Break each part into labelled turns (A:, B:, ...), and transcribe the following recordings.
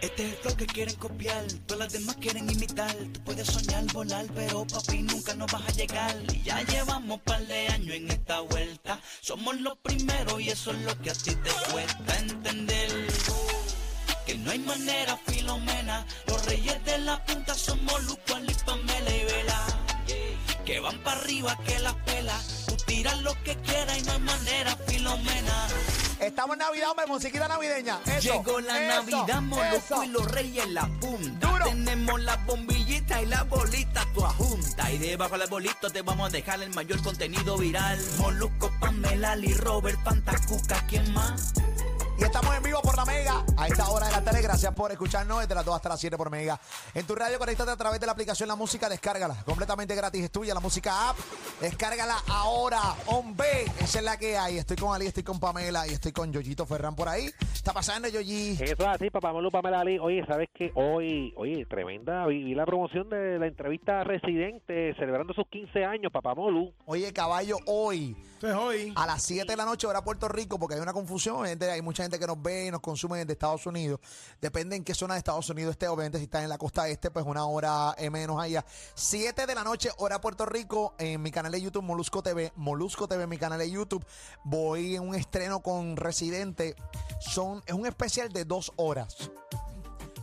A: Este es lo que quieren copiar, todas las demás quieren imitar. Tú puedes soñar, volar, pero papi nunca nos vas a llegar. Y ya llevamos par de años en esta vuelta. Somos los primeros y eso es lo que a ti te cuesta entender. Que no hay manera, Filomena. Los reyes de la punta somos Lucas, y Pamela y Vela. Que van para arriba, que las pela. Tú tiras lo que quieras y no hay manera, Filomena.
B: Estamos en Navidad, hombre, musiquita navideña. Eso,
A: Llegó la
B: eso,
A: Navidad,
B: eso.
A: Molucco y los reyes en la punta.
B: Duro.
A: Tenemos las bombillitas y las bolitas todas juntas. Y debajo del bolito te vamos a dejar el mayor contenido viral. Molusco, Pamela, y Robert, Pantacuca, ¿quién más?
B: Y estamos en vivo por la Mega a esta hora de la tarde. Gracias por escucharnos desde las 2 hasta las 7 por Mega. En tu radio, conéctate a través de la aplicación La Música, descárgala. Completamente gratis es tuya, la música app. Descárgala ahora. Hombre, esa es la que hay. Estoy con Ali, estoy con Pamela y estoy con Yoyito Ferran por ahí. Está pasando, Yoyi.
C: Eso es así, papá Molu, Pamela Ali. Oye, ¿sabes qué? Hoy, oye, tremenda. Vi, vi la promoción de la entrevista a Residente celebrando sus 15 años, papá Molu.
B: Oye, caballo, hoy
D: Esto es hoy.
B: a las 7 de la noche, hora Puerto Rico, porque hay una confusión. gente- hay mucha gente que nos ve y nos consume desde Estados Unidos. Depende en qué zona de Estados Unidos esté. Obviamente, si estás en la costa este, pues una hora eh, menos allá. 7 de la noche, hora Puerto Rico, en mi canal de YouTube, Molusco TV. Molusco TV, mi canal de YouTube. Voy en un estreno con Residente. Son, es un especial de dos horas.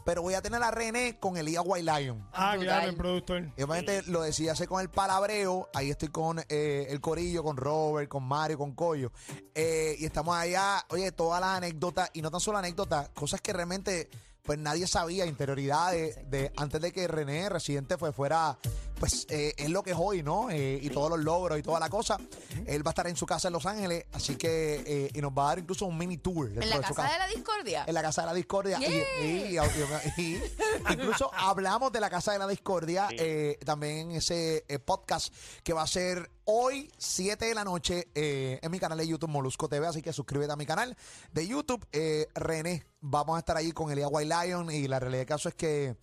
B: Pero voy a tener a René con Elías White Lion.
D: Ah,
E: Brutal.
D: claro, el productor.
B: Y obviamente lo decía hace con el palabreo. Ahí estoy con eh, el Corillo, con Robert, con Mario, con Coyo. Eh, y estamos allá, oye, todas las anécdotas, y no tan solo anécdotas, cosas que realmente pues nadie sabía, interioridades, de, antes de que René Residente fue fuera, pues eh, es lo que es hoy, ¿no? Eh, y todos los logros y toda la cosa. Él va a estar en su casa en Los Ángeles, así que, eh, y nos va a dar incluso un mini tour.
E: En la
B: de su
E: casa de la discordia.
B: en la Casa de la Discordia. Y- Y, y- y- incluso hablamos de la Casa de la Discordia eh, también en ese eh, podcast que va a ser hoy, 7 de la noche, eh, en mi canal de YouTube Molusco TV. Así que suscríbete a mi canal de YouTube. Eh, René, vamos a estar ahí con Elia White Lion. Y la realidad del caso es que.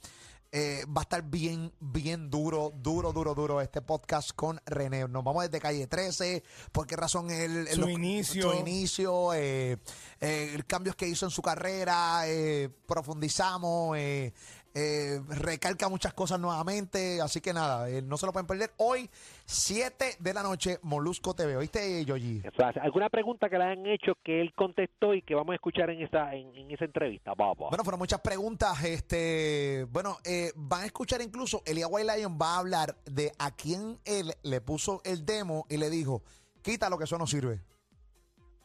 B: eh, va a estar bien, bien duro, duro, duro, duro este podcast con René. Nos vamos desde calle 13. ¿Por qué razón él? él
D: Su
B: lo-
D: inicio.
B: su inicio inicio, eh, eh, cambios que hizo en su carrera, eh, profundizamos, eh, eh, recalca muchas cosas nuevamente. Así que nada, eh, no se lo pueden perder. Hoy, 7 de la noche, Molusco TV. ¿Oíste, Yoyi?
C: Eso es así. ¿Alguna pregunta que le han hecho que él contestó y que vamos a escuchar en esa, en, en esa entrevista, papá?
B: Bueno, fueron muchas preguntas. Este, bueno, eh, van a escuchar incluso, Elia White Lion va a hablar de a quién él le puso el demo y le dijo, quita lo que eso no sirve.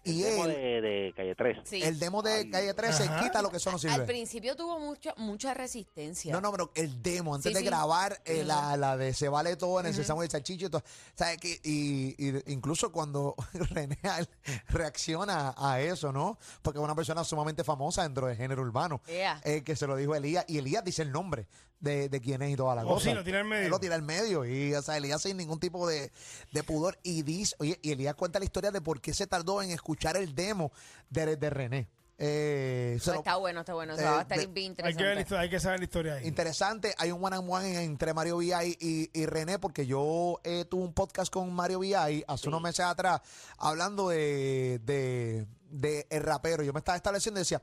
B: Y
C: El tema
B: él,
C: de, de Calle 3.
E: Sí.
B: el demo de Calle 13,
D: Ajá.
B: quita lo que eso no sirve.
E: Al principio tuvo mucha, mucha resistencia.
B: No, no, pero el demo, antes
E: Sí,
B: de
E: sí.
B: grabar eh, la,
E: Ajá.
B: la de se vale todo, necesitamos el salchicho y todo. ¿Sabes qué? Y, y incluso cuando René al- reacciona a eso, ¿no? Porque es una persona sumamente famosa dentro del género urbano.
E: Ea.
B: eh, que se lo dijo Elías, y Elías dice el nombre de, de quién es y toda la
D: Oh,
B: cosa.
D: sí, lo tira al medio.
B: Él lo tira al medio. Y o sea, Elías sin ningún tipo de, de pudor. Y dice, oye, y Elías cuenta la historia de por qué se tardó en escuchar el demo de, de René. Eh, se
E: Pues
B: lo-
E: está bueno, está bueno. Eso
B: Eh,
E: va a estar
B: de-
E: bien
D: Hay que, ver la
E: interesante.
D: historia- hay que saber la historia ahí.
B: Interesante, hay un one on one entre Mario VI y, y René, porque yo eh, tuve un podcast con Mario VI hace unos meses atrás, hablando de, de, de el rapero. Yo me estaba estableciendo y decía,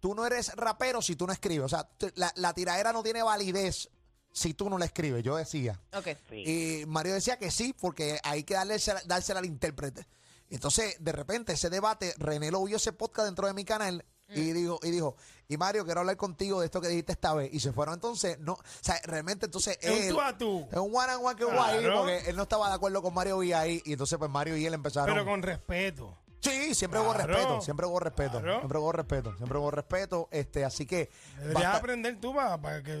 B: tú no eres rapero si tú no escribes. O sea, t- la, la tiradera no tiene validez si tú no la escribes, yo decía.
E: Ok.
C: Sí.
B: Y Mario decía que sí, porque hay que darle, dársela al intérprete. Entonces, de repente, ese debate, René lo oyó ese podcast dentro de mi canal y dijo, y dijo, y Mario, quiero hablar contigo de esto que dijiste esta vez. Y se fueron entonces, no, o sea, realmente entonces
D: Es un
B: él-
D: tú a tú.
B: Es un one on one que hubo ahí,
D: Claro.
B: porque él no estaba de acuerdo con Mario y ahí. Y entonces, pues Mario y él empezaron.
D: Pero con respeto.
B: Sí, siempre hubo
D: Claro.
B: respeto, siempre hubo respeto,
D: Claro.
B: siempre hubo respeto, siempre hubo respeto. Este, así que.
D: Deberías
B: basta-
D: aprender tú para, para que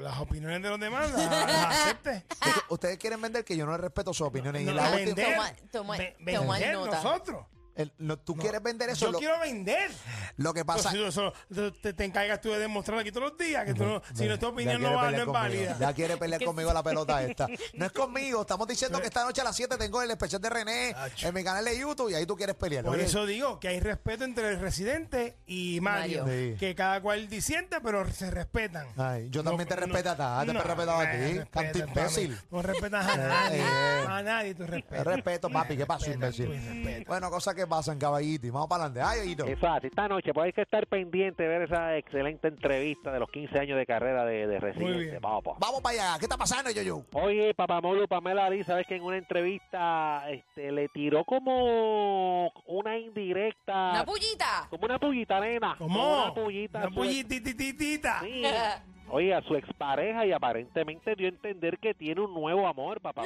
D: las opiniones de los demás las, las aceptes.
B: Ustedes- Ustedes quieren vender que yo no respeto sus opiniones. y
D: No,
B: la última-
D: vender,
E: Toma- toma-
D: ve-
E: toma
D: vender
E: nota.
D: nosotros.
B: el- no, tú quieres vender eso.
D: Yo
B: lo-
D: quiero vender.
B: Lo que
D: Pues
B: pasa.
D: si tú solo- tú te, te encargas tú de demostrar aquí todos los días que tú no- si no, tu opinión
B: Ya quiere
D: no, va, no
B: pelear
D: es
B: conmigo,
D: válida.
B: Ya quiere pelear conmigo la pelota esta. No es conmigo, estamos diciendo que esta noche a las 7 tengo el especial de René
D: Acho.
B: en mi canal de YouTube y ahí tú quieres pelear.
D: Por
B: Oye,
D: eso digo que hay respeto entre el residente y Mario.
B: Mario. Sí.
D: Que cada cual disiente, pero se respetan.
B: Ay, yo también te respeto a ti, ah, te he respetado a ti,
D: me
B: tanto
D: respetas,
B: imbécil.
D: mami. No respetas a
B: Eh,
D: nadie.
B: eh.
D: A nadie tú respetas.
B: respeto, papi, ¿qué pasó,
D: Respeta, pues,
B: imbécil?
D: tú respetas.
B: Bueno, cosa que pasan, caballito. Y vamos para adelante. Ay, Ojito.
C: Exacto, esta noche pues hay que estar pendiente de ver esa excelente entrevista de los 15 años de carrera de, de Residente.
D: bien.
C: Vamos, pues.
B: Vamos para allá. ¿Qué está pasando, Yoyo?
C: Oye, Papamolo, Pamela Lee, ¿sabes que en una entrevista este, le tiró como una indirecta?
E: Una pullita.
C: como una pullita, nena. Como
D: ¿Cómo?
C: Una pullita. a
D: Una
C: su-
D: pullitititita.
C: Sí. Oye, a su expareja y aparentemente dio a entender que tiene un nuevo amor, papá.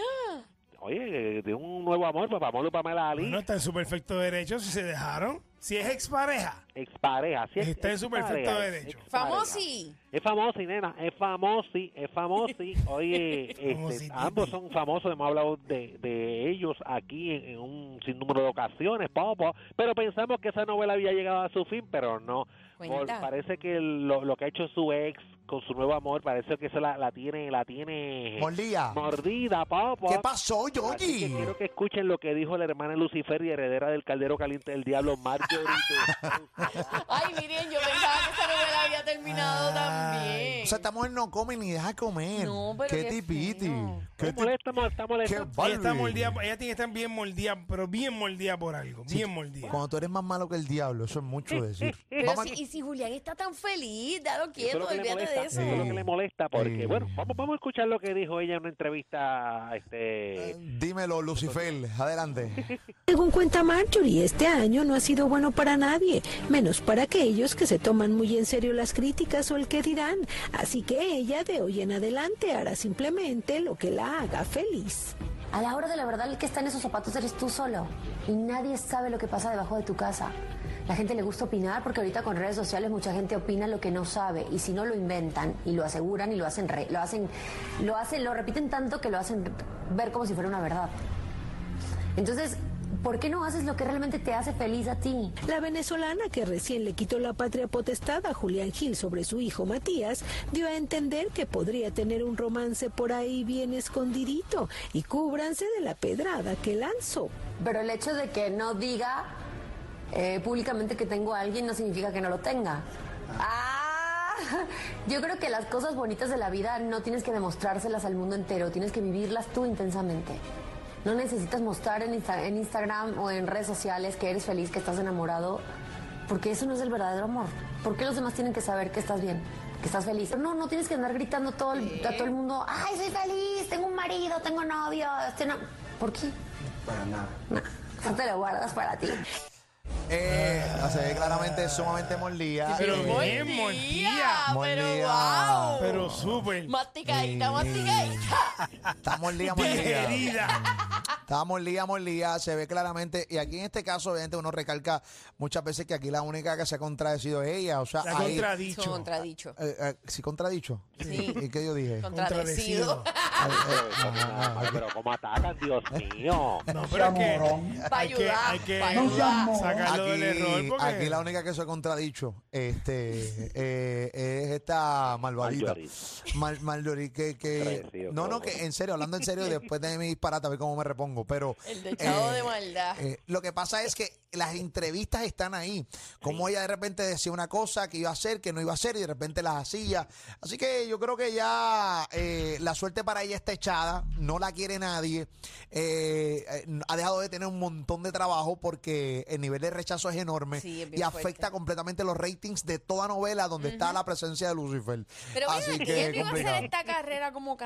C: Oye, eh, tiene un nuevo amor, Papamolo, Pamela Lee.
D: No está en su perfecto derecho si se dejaron. Si es expareja.
C: Expareja, sí. es-
D: Está en su
C: expareja,
D: perfecto
C: es-
D: derecho.
C: expareja.
E: Famosi.
C: Es famoso, nena, es famoso, es famoso. Oye, este,
D: Famosititi.
C: ambos son famosos, hemos hablado de, de ellos aquí en, en un sinnúmero de ocasiones, po, po. pero pensamos que esa novela había llegado a su fin, pero no. Por-
E: Cuenta.
C: parece que lo, lo que ha hecho su ex con su nuevo amor, parece que eso la, la tiene, la tiene
B: Mordía.
C: mordida, po, po.
B: ¿Qué pasó,
C: Así que
B: Yoyi?
C: quiero que escuchen lo que dijo la hermana Lucifer y heredera del caldero caliente del diablo, Marjorie. de-
E: Ay, miren, yo pensaba que esa novela había terminado
D: Ay.
E: también.
B: O sea, esta mujer no come ni deja comer.
E: No, pero
B: Qué
E: qué
B: tipiti.
E: feo.
B: Qué
C: Está molesta, está
B: qué
C: molesta.
D: Ella está
B: Barbie.
D: mordida, ella tiene que estar bien mordida, pero bien mordida por algo. Bien mordida.
B: Cuando tú eres más malo que el diablo, eso es mucho decir.
E: Pero
B: Vamos a-
E: si, y si Julián está tan feliz, dalo
C: Eso es
E: quieto,
C: lo que le
E: olvídate de
C: molesta,
E: eso.
C: eso es lo
B: Sí.
C: que le molesta, porque,
B: Sí.
C: bueno, vamos, vamos a escuchar lo que dijo ella en una entrevista, este...
B: Dímelo, Lucifer. Adelante.
F: Según cuenta Marjorie, este año no ha sido bueno para nadie, menos para aquellos que se toman muy en serio las críticas o el que dirán. Así que ella de hoy en adelante hará simplemente lo que la haga feliz.
G: A la hora de la verdad, el que está en esos zapatos eres tú solo. Y nadie sabe lo que pasa debajo de tu casa. La gente le gusta opinar porque ahorita con redes sociales mucha gente opina lo que no sabe y si no lo inventan y lo aseguran y lo hacen re- lo hacen lo hacen lo repiten tanto que lo hacen ver como si fuera una verdad. Entonces, ¿por qué no haces lo que realmente te hace feliz a ti?
F: La venezolana que recién le quitó la patria potestad a Julián Gil sobre su hijo Matías dio a entender que podría tener un romance por ahí bien escondidito y cúbranse de la pedrada que lanzó.
G: Pero el hecho de que no diga eh, públicamente que tengo a alguien no significa que no lo tenga. Ah, yo creo que las cosas bonitas de la vida no tienes que demostrárselas al mundo entero, tienes que vivirlas tú intensamente. No necesitas mostrar en, Insta- en Instagram o en redes sociales que eres feliz, que estás enamorado, porque eso no es el verdadero amor. ¿Por qué los demás tienen que saber que estás bien, que estás feliz? No, no tienes que andar gritando todo el- a todo el mundo, ay, soy feliz, tengo un marido, tengo novio, estoy ena-". ¿Por qué? No, tú te lo guardas para ti.
B: Eh, se ve claramente sumamente mordida.
D: pero
B: Eh,
D: voy.
E: Buen
D: bien mordida,
E: día, pero
B: mordida.
E: wow.
D: Pero súper
E: Masticadita, masticadita.
B: Está mordida, mordida.
D: digerida.
B: Estábamos lía, lía, se ve claramente. Y aquí en este caso, obviamente, uno recalca muchas veces que aquí la única que se ha contradecido es ella. O sea,
D: La
B: ahí.
D: contradicho.
E: Contradicho.
B: eh, eh, ¿Sí contradicho?
E: Sí.
B: ¿Y qué yo dije?
E: Contradecido.
D: Contradecido.
B: Ay, eh,
C: Ah,
B: ah, ah,
C: pero cómo atacan, Dios mío.
D: No, pero es que
E: Pa'
D: hay que,
E: ayudar,
D: hay que
E: pa' ayudar.
D: sacarlo del error
B: Aquí,
D: porque
B: aquí la única que se ha contradicho este, eh, es esta malvadita.
C: Marjorie.
B: Mal, Marjorie, que, que-
C: Agradecido,
B: No, no,
C: cabrón.
B: que en serio, hablando en serio, después de mi disparate, a ver cómo me repongo. Pero.
E: El dechado de maldad.
B: eh, lo que pasa es que las entrevistas están ahí. Como ella de repente decía una cosa que iba a hacer, que no iba a hacer, y de repente las hacía. Así que yo creo que ya eh, la suerte para ella está echada. No la quiere nadie. Eh, eh, ha dejado de tener un montón de trabajo porque el nivel de rechazo es enorme
E: Sí, es bien
B: y afecta
E: fuerte.
B: completamente los ratings de toda novela donde está la presencia de Lucifer.
E: Pero
B: Así
E: mira,
B: que
E: ¿quién iba a hacer
B: complicado.
E: esta carrera como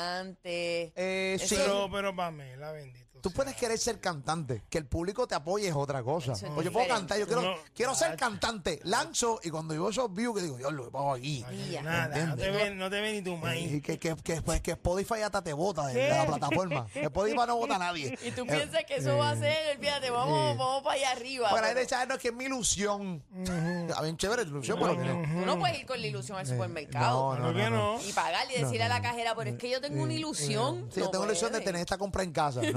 E: cantante?
B: Eh, sí.
D: pero pero Pamela, bendito.
B: Tú
D: sea.
B: puedes querer ser cantante, que el público te apoye es otra cosa.
E: Eso es
B: Pues yo puedo
E: diferente.
B: cantar, yo quiero,
D: No.
B: quiero ser cantante. Lanzo y cuando yo esos views que digo, Dios lo pago aquí.
E: Mía.
D: Nada, no te,
B: ¿Entiendes?
D: ve, no te ve ni tu
B: Y
D: maíz.
B: que, que, que, pues, que Spotify hasta te vota de la plataforma. Spotify no vota a nadie. Eh,
E: Y tú piensas que eso va a ser, fíjate, vamos, vamos para allá arriba.
B: Para
E: pero
B: él "Ah, no, que es mi ilusión. Está bien chévere tu ilusión, pero que no. Eh,
E: Tú no puedes ir con la ilusión al supermercado.
B: no,
D: ¿Por qué no?
E: Y pagar y decirle a la cajera, pero es que yo tengo una ilusión.
B: Eh, Sí, yo
E: No
B: tengo la ilusión de
E: puede.
B: tener esta compra en casa. ¿no?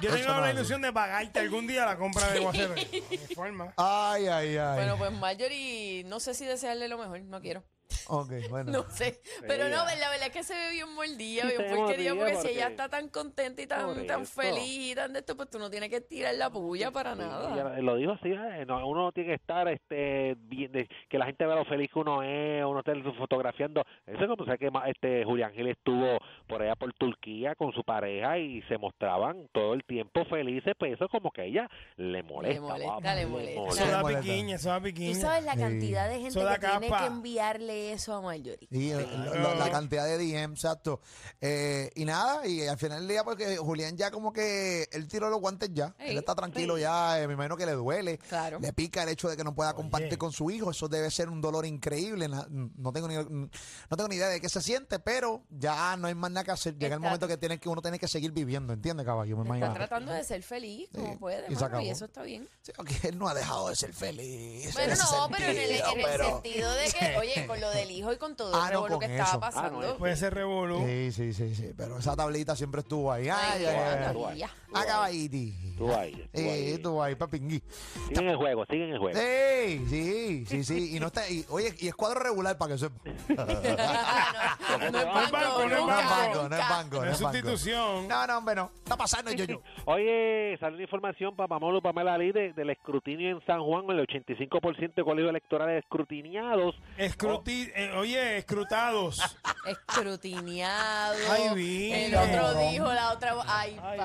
D: Yo
B: Eso
D: tengo
B: no
D: la
B: es.
D: ilusión de pagarte algún día la compra de Guacero. De forma.
B: ay, ay, ay.
E: pues, Bueno, pues Marjorie, no sé si desearle lo mejor, no quiero.
B: Ok, bueno.
E: No sé, pero no,
C: ya.
E: la verdad es que se ve bien mordida,
C: Sí,
E: bien
C: se ve
E: porquería,
C: mordida
E: porque si ella
C: porque-
E: está tan contenta y tan,
C: Por
E: tan
C: eso.
E: feliz y tan de esto, pues tú no tienes que tirar la puya para nada.
C: Ella lo dijo así, eh, no, uno tiene que estar, este, bien, de- que la gente vea lo feliz que uno es, uno esté fotografiando. Eso es como, o sea, que ma- este, Julián Gil estuvo por allá por Turquía con su pareja y se mostraban todo el tiempo felices, pues eso como que a ella le molesta.
E: molesta,
C: vamos,
E: le molesta.
D: Eso
B: Sí,
D: da
B: molesta.
D: piquiña, eso da
E: Tú
D: piquiña.
E: sabes la cantidad de gente
D: Soda
E: que tiene
D: capa.
E: que enviarle eso a Marjorie.
B: Y eh, lo- lo- la cantidad de DM, exacto. Eh, y nada, y al final del día, porque Julián ya como que él tiró los guantes ya.
E: Ey,
B: él está tranquilo ya, eh, me imagino que le duele.
E: Claro.
B: Le pica el hecho de que no pueda compartir con su hijo. Eso debe ser un dolor increíble. na- No tengo ni, no tengo ni idea de qué se siente, pero ya no hay más nada que hacer. Llega el
E: Está-
B: momento que, tiene que uno tiene que seguir viviendo, ¿entiendes, caballo? Me
E: Está
B: imagino.
E: tratando de ser feliz como
B: Sí,
E: puede,
B: y se
E: mano, y
B: acabó.
E: eso está bien.
B: Sí, aunque él no ha dejado de ser feliz. en
E: Bueno,
B: ese
E: no, pero en el, en el
B: pero-
E: sentido de que, oye, con lo del hijo y con todo
B: Ah,
E: el
B: no,
E: revuelo que
B: con
E: estaba
B: eso.
E: pasando.
C: Ah, no,
D: Puede ser revolú.
B: Sí, sí, sí, sí. Pero esa tablita siempre estuvo ahí. Ay, ay, ay.
E: Ay,
C: tú ahí,
E: ya.
C: tú
B: Ah,
C: ahí,
B: caballito.
C: tú ahí, tú
B: Eh,
C: ahí.
B: tú ahí, papingui.
C: Siguen el juego, siguen el juego.
B: Sí, sí, sí, sí. Y no está. y- oye, y es cuadro regular para que sepa.
E: Ah, no, no es
D: No es
E: banco,
D: banco, no es
E: nunca,
B: banco, no es
E: nunca.
B: banco.
D: No
B: no
D: es
B: es banco.
D: sustitución.
B: No, no, hombre, no. Está pasando, yo, yo.
C: Oye, salió una información, Papamolo, Pamela Lee, de- del escrutinio en San Juan, el 85% de colegios electorales escrutinados.
D: Escruti- eh, oye, escrutados.
E: Escrutineado.
D: Ay, vine.
E: El otro dijo, la otra. Ay, padre.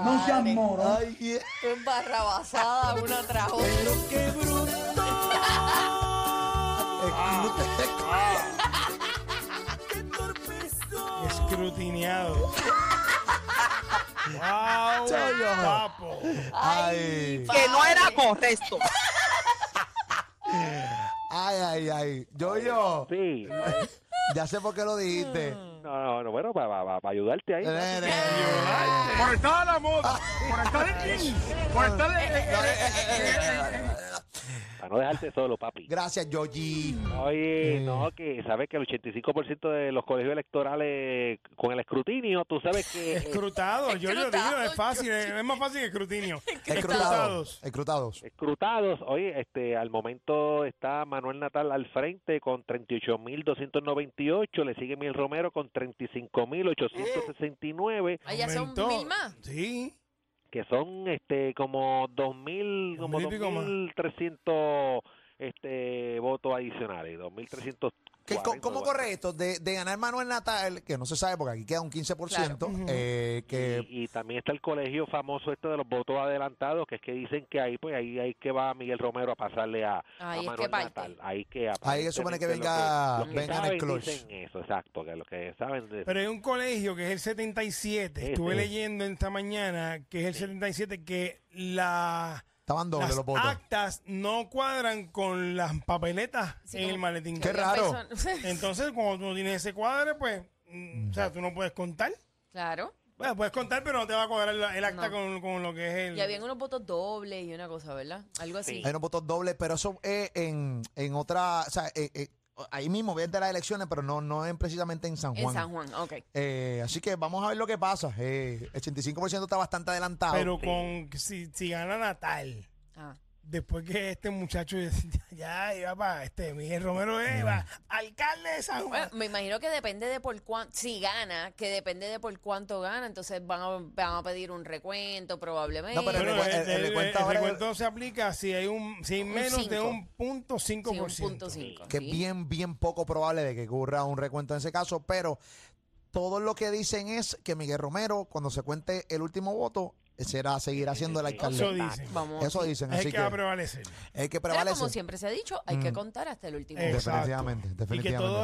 E: No
B: Ay, yeah.
E: Tú en barrabasada, una tras otra.
D: Escrutineados. wow,
B: Chayo.
D: papo.
C: eh.
B: Ay,
E: Que no era
B: ay, ay, ay. Yo, yo.
C: Sí.
B: Ya sé por qué lo dijiste.
D: Mm.
C: No, no, no, bueno, para ayudarte ahí. ¿no?
B: Eh, eh,
D: Por estar a la moda. Por estar en Por estar
C: Para no dejarte solo, papi.
B: Gracias, Yoji.
D: Eh.
C: Oye, no, que sabes que el 85% de los colegios electorales con el escrutinio, tú sabes que... eh,
D: Escrutados. Yo lo digo,
E: Escrutados,
D: es fácil. Es es más fácil que escrutinio.
B: Escrutados. Escrutados.
C: Escrutados, oye, este, al momento está Manuel Natal al frente con 38.298, le sigue Mil Romero con 35.869,
E: Allá son
D: Aumentó.
E: mil más.
D: Sí.
C: que son este como 2.000, como
D: Dos mil y pico más.
C: 2.300 este, votos adicionales, 2.300.
B: ¿Qué- co- ¿Cómo corre esto? De, de ganar Manuel Natal, que no se sabe porque aquí queda un 15%, eh, que
C: Y, y también está el colegio famoso este de los votos adelantados, que es que dicen que ahí pues ahí, ahí que va Miguel Romero a pasarle a, a
E: Ahí es que
C: Manuel
E: parte.
C: Natal. Ahí que
B: Ahí que supone que
C: aparentemente
B: venga-
C: lo que- lo que
B: venga en el
C: saben
B: clutch.
C: dicen eso, exacto, que lo que saben de-
D: Pero hay un colegio que es el 77.
C: Sí,
B: Eh,
D: Estuve
C: sí.
D: leyendo esta mañana que es el 77 que la...
B: estaban doble
D: las
B: los votos.
D: actas no cuadran con las papeletas
E: Sí,
D: en
E: como-
D: el maletín.
B: Qué raro.
D: Entonces, cuando tú no tienes ese cuadro, pues, mm, o sea, tú no puedes contar.
E: Claro.
D: Bueno, puedes contar, pero no te va a cuadrar la- el acta con, con lo que es el...
E: Y habían unos votos dobles y una cosa, ¿verdad? Algo así.
B: Hay unos votos dobles, pero eso es en, en otra, o sea, eh, eh, ahí mismo, ves de las elecciones, pero no, no en precisamente en San Juan.
E: En San Juan, ok.
B: Eh, así que vamos a ver lo que pasa. Eh, 85% está bastante adelantado.
D: Pero con si, si gana Natal,
E: Ah.
D: después que este muchacho ya iba para este Miguel Romero Eva, alcalde de San Juan.
B: Ah.
E: Bueno, me imagino que depende de por cuánto, si gana, que depende de por cuánto gana, entonces van a, van a pedir un recuento probablemente.
B: No, pero el
D: Bueno,
B: recuen- el- el recuento ahora-
D: recuento se aplica si hay un si hay
E: Un
D: menos de
E: cinco.
D: un punto cinco
E: Sí,
D: por
E: un
D: ciento.
E: punto cinco,
B: que es
E: sí.
B: bien, bien poco probable de que ocurra un recuento en ese caso, pero todo lo que dicen es que Miguel Romero, cuando se cuente el último voto, será seguirá siendo el
D: Eso
B: alcalde.
D: dicen.
E: Vamos.
B: Eso dicen,
D: Es
B: así
D: el que va a
B: que
D: prevalecer.
B: el que
E: Pero
B: prevalece. Mm.
E: como siempre se ha dicho, hay que contar hasta el último.
D: Eh, Exacto.
B: Definitivamente,
D: Y que todos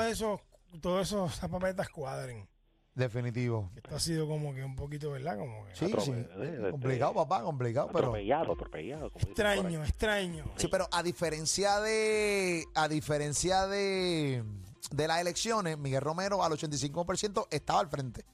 B: definitivamente.
D: esos, todos esos zapapetas cuadren.
B: Definitivo.
D: Esto ha sido como que un poquito, ¿verdad? Como que
B: Sí, sí.
C: Atropellado,
B: Complicado, papá, complicado, pero.
C: atropellado, atropellado. como dicen por ahí.
D: extraño, extraño.
B: Sí, pero a diferencia de a diferencia de, de las elecciones, Miguel Romero al 85% estaba al frente.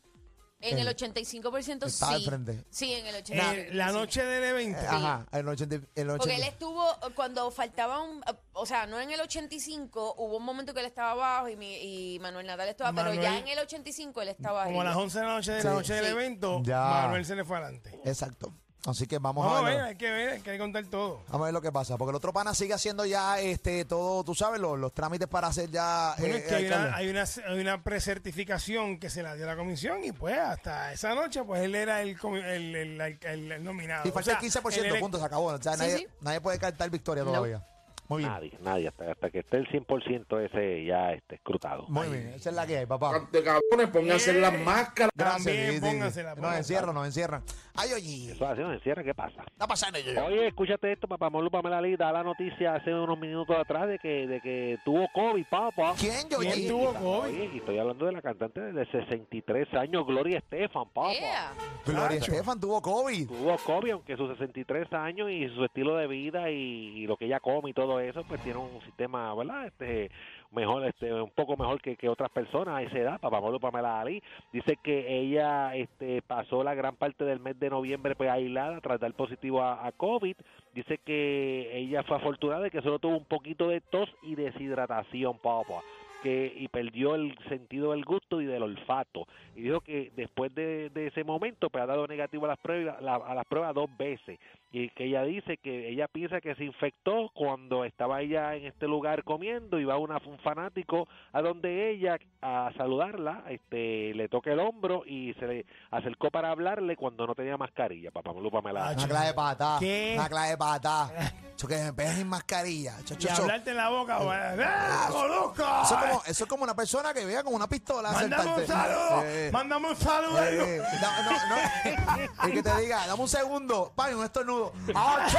E: En el 85%
B: Estaba eh. al
E: sí.
B: frente.
E: Sí, en el 85%.
D: Eh, la noche del evento.
B: Eh, Ajá, el 80, el 80.
E: Porque él estuvo, eh, cuando faltaba un, eh, o sea, no en el 85, hubo un momento que él estaba abajo y, mi- y Manuel Natal estaba, pero
D: Manuel-
E: ya en el 85 él estaba
D: Como a
E: arriba.
D: las 11 de la noche de la
B: Sí.
D: noche del
E: Sí.
D: evento,
B: Ya.
D: Manuel se le fue adelante.
B: Exacto. Así que vamos
D: Vamos
B: a
D: a
B: ver.
D: ver, hay que ver, hay que contar todo.
B: Vamos a ver lo que pasa, porque el otro pana sigue haciendo ya este todo, tú sabes, los, los trámites para hacer ya...
D: Bueno,
B: eh,
D: es que hay
B: alcalde.
D: una, hay, una, hay una precertificación que se la dio la comisión y pues hasta esa noche pues él era el, comi- el, el, el- el nominado.
B: Y falta
D: O sea,
B: el
D: él
B: 15%,
D: era-
B: punto, se acabó. O sea, nadie,
E: sí.
B: nadie puede cantar victoria todavía. Muy bien,
C: Nadie, nadie, hasta, hasta que esté el 100% ese ya este, escrutado.
B: muy bien. Esa es la que hay, papá.
H: De cabrones, pónganse las máscaras.
B: Gracias.
D: Eh, También
B: sí, sí,
D: póngansela,
B: Nos
D: póngansela.
B: encierran, nos encierran. Ay, oye,
C: Eso así nos encierra, ¿qué pasa?
B: está pasando, yo.
C: Oye, escúchate esto, papá Molu Pamela Lee, da la noticia hace unos minutos atrás de que, de que tuvo COVID, papá.
B: ¿Quién, yo?
D: ¿Quién
B: yo?
D: tuvo COVID?
C: Oye, y estoy hablando de la cantante de 63 años, Gloria Estefan, papá.
E: Yeah.
B: Gloria
D: Chacho.
B: Estefan tuvo COVID.
C: Tuvo COVID, aunque sus 63 años y su estilo de vida y, y lo que ella come y todo eso, pues tiene un sistema, ¿verdad? Este, mejor, este, un poco mejor que, que otras personas a esa edad. Papá Molo Pamela Ali dice que ella este, pasó la gran parte del mes de noviembre pues aislada tras dar positivo a, a COVID. Dice que ella fue afortunada de que solo tuvo un poquito de tos y deshidratación, papá que y perdió el sentido del gusto y del olfato y dijo que después de, de ese momento pues ha dado negativo a las pruebas la- a las pruebas dos veces y que ella dice que ella piensa que se infectó cuando estaba ella en este lugar comiendo y va una, un fanático a donde ella a saludarla este le toca el hombro y se le acercó para hablarle cuando no tenía mascarilla papá Molu, Pamela.
D: Ah,
B: Una clave de pata.
D: ¿Qué?
B: Una clave de pata. Eso que me pegas sin mascarilla. Eso,
D: Y
B: eso- eso-
D: hablarte en la boca, güey. ¡Ah, Molusco!
B: eso es como, eso es como una persona que vea con una pistola.
D: Mándame un
B: acercarte.
D: saludo,
B: Eh,
D: mándame un saludo.
B: eh, no, no, no. Y que te diga, dame un segundo. Pan, un estornudo. ¡Ah, ¡Achú!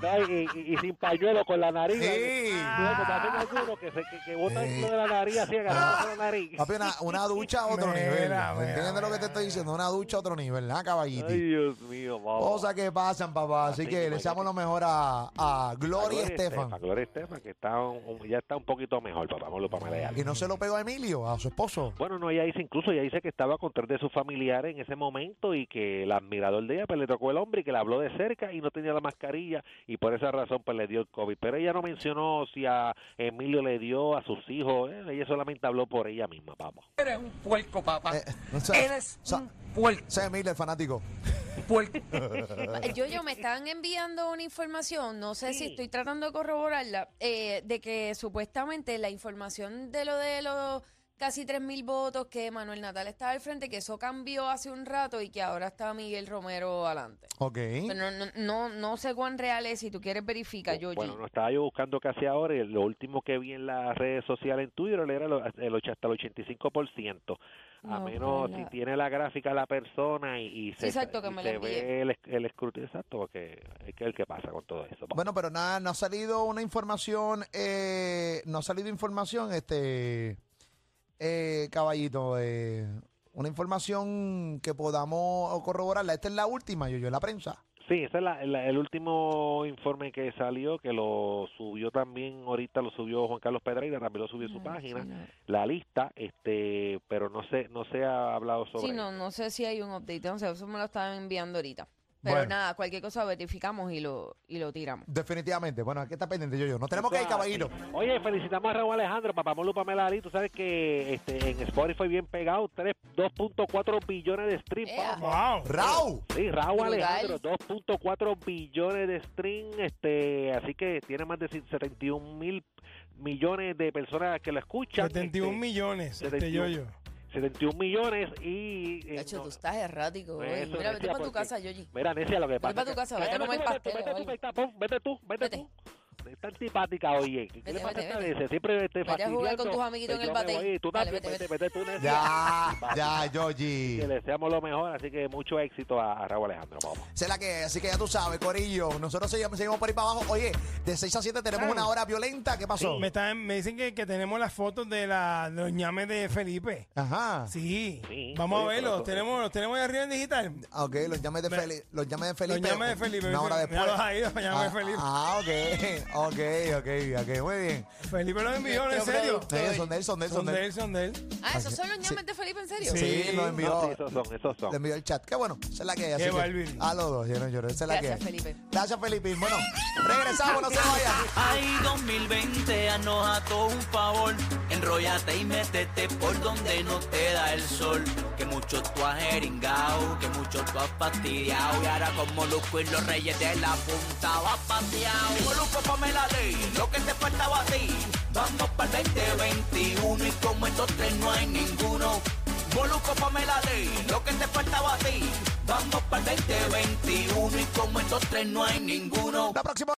C: No, y, y- y sin pañuelo con la nariz
B: Sí.
C: Mira, como hacen algunos que se que, que botan lo de la nariz así agarrándose la nariz
B: Papi, una, una ducha a otro
D: Mira,
B: nivel.
D: mira,
B: ¿Entiendes lo que te
D: mira.
B: estoy diciendo? Una ducha a otro nivel, ¿verdad, caballito?
C: Ay, Dios mío, vamos.
B: Cosas que pasan, papá. Así
C: Así
B: que
C: que
B: le echamos
C: imagínate.
B: lo mejor a, a Gloria Estefan.
C: Gloria Estefan, que está un- un- ya está un poquito mejor, papá. Vamos, papá, Mela Yali.
B: Y no se lo pegó a Emilio, a su esposo.
C: Bueno, no, ella dice incluso, ella dice que estaba con tres de sus familiares en ese momento y que el admirador de ella pues, le tocó el hombre y que le habló de cerca y no tenía la mascarilla y por esa razón pues le dio el COVID. Pero ella no mencionó si a Emilio le dio, a sus hijos, eh, ella solamente habló por ella misma, papá.
I: Eres un puerco, papá.
B: Eh, o sea,
I: Eres
B: o sea,
I: un puerco,
B: Ese es Emilio, el fanático.
I: puerco.
E: Yo, yo, me están enviando una información, no sé si estoy tratando de corroborarla, eh, de que supuestamente la información de lo de los casi 3.000 votos que Manuel Natal estaba al frente, que eso cambió hace un rato y que ahora está Miguel Romero adelante.
B: Ok.
E: Pero no, no, no, no sé cuán real es, si tú quieres verifica, yo,
C: Oh, Bueno, no
E: G.
C: estaba yo buscando casi ahora y lo último que vi en las redes sociales en Twitter era lo- el och- hasta el 85%. A
E: No,
C: menos
E: Carla.
C: si tiene la gráfica la persona y, y se,
E: exacto, que
C: y
E: me la
C: se
E: envíe.
C: ve el, es- el escrutinio exacto, porque es que el que pasa con todo eso.
B: Bueno, pero nada, no ha salido una información, eh, no ha salido información, este, eh, caballito, eh, una información que podamos corroborarla. Esta es la última, yo, yo, en la prensa.
C: Sí, ese es la- la- el último informe que salió, que lo subió también, ahorita lo subió Juan Carlos Pedreira, también lo subió en su página, la lista, este, pero no sé, no se ha hablado sobre
E: Sí, no,
C: eso.
E: no sé si hay un update, o sea, eso me lo estaban enviando ahorita. Pero
B: Bueno.
E: nada, cualquier cosa verificamos y lo, y lo tiramos.
B: Definitivamente. Bueno, aquí está pendiente, yo, yo. Nos tenemos que ir, caballito.
C: Oye, felicitamos a Raúl Alejandro, papá Molu, Pamela Ali. Tú sabes que este, en Spotify bien pegado, tres- 2.4 billones de streams.
E: Ea.
C: papá.
D: Wow.
B: Raúl.
C: Sí, Raúl
E: Eh, Brutal.
C: Alejandro, 2.4 billones de streams. Este, así que tiene más de 71 mil millones de personas que lo escuchan.
D: 71
C: este,
D: millones, este
C: 71.
D: yoyo.
C: 71 millones y... eh,
E: De hecho,
C: no-
E: tú estás errático. güey.
C: Eso
E: Mira, vete
C: decía,
E: para tu
C: porque-
E: casa, Yoyi.
C: Mira, Necia, lo que pasa.
E: pa'
C: es
E: tu
C: que-
E: casa, vete a
C: Ay, no,
E: comer
C: vete tú,
E: pasteles o
C: Vete tú,
E: algo.
C: vete tú, vete tú, vete
E: Vete.
C: tú. Está antipática, oye. ¿Qué le
E: Vete,
C: pasa a
E: vete,
C: esta
E: vete.
C: nece? Siempre te
E: Vete a jugar con
C: fastidiando.
E: tus amiguitos en
C: Pues
E: el
C: yo me
E: batey.
C: voy, Tú
E: Dale,
C: también,
E: vete,
C: vete, vete tú, Necia.
B: Ya, ya,
C: Le
B: Yogi.
C: deseamos lo mejor, así que mucho éxito a, a Raúl Alejandro. Vamos.
B: Sé la que es, así que ya tú sabes, Corillo. Nosotros seguimos, seguimos por ahí para abajo. Oye, de 6 a 7 tenemos
D: Ah.
B: una hora violenta. ¿Qué pasó?
D: Me, están- me dicen que, que tenemos las fotos de, la, de los ñames de Felipe.
B: Ajá.
D: Sí.
C: Sí.
D: Vamos a
C: Oye, pero
D: verlos.
C: tú-
D: Tenemos, los tenemos ahí arriba en digital.
B: Ah, Ok, los llames de, Feli- los llames de Felipe.
D: llames de Felipe,
B: Una hora
D: dice,
B: después.
D: míralos ahí, los llames de Felipe.
B: Ah, ah, ok. Ok, ok, ok, muy bien.
D: Felipe lo envió, ¿no? en serio.
B: Sí, son de él, son de él, son
D: Son
B: de
D: de
B: él.
D: él, son de él.
E: Ah, esos son los ñames de Felipe, ¿en serio?
B: Sí, lo
C: No, sí,
B: envió.
C: esos son, esos
B: Le
C: son.
B: envió el chat. Qué bueno, esa es la que hay. así
D: Qué
B: que-
D: bárbaro.
B: A los dos, yo no lloro. Esa es la que
E: Gracias,
B: hay.
E: Felipe.
B: Gracias, Felipe. Bueno, regresamos, no se vayan.
A: Ay, 2020, haznos a todo un favor. Enrollate y métete por donde no te da el sol. Que mucho tú has jeringao, que mucho tú has fastidiado. Y ahora con Molusco y los reyes de la punta vas pateado. Molusco, ponme la ley, lo que te faltaba a ti. Vamos para el 2021 y como estos tres no hay ninguno. Molusco, ponme la ley, lo que te faltaba a ti. Vamos para el 2021 y como estos tres no hay ninguno.
B: La próxima.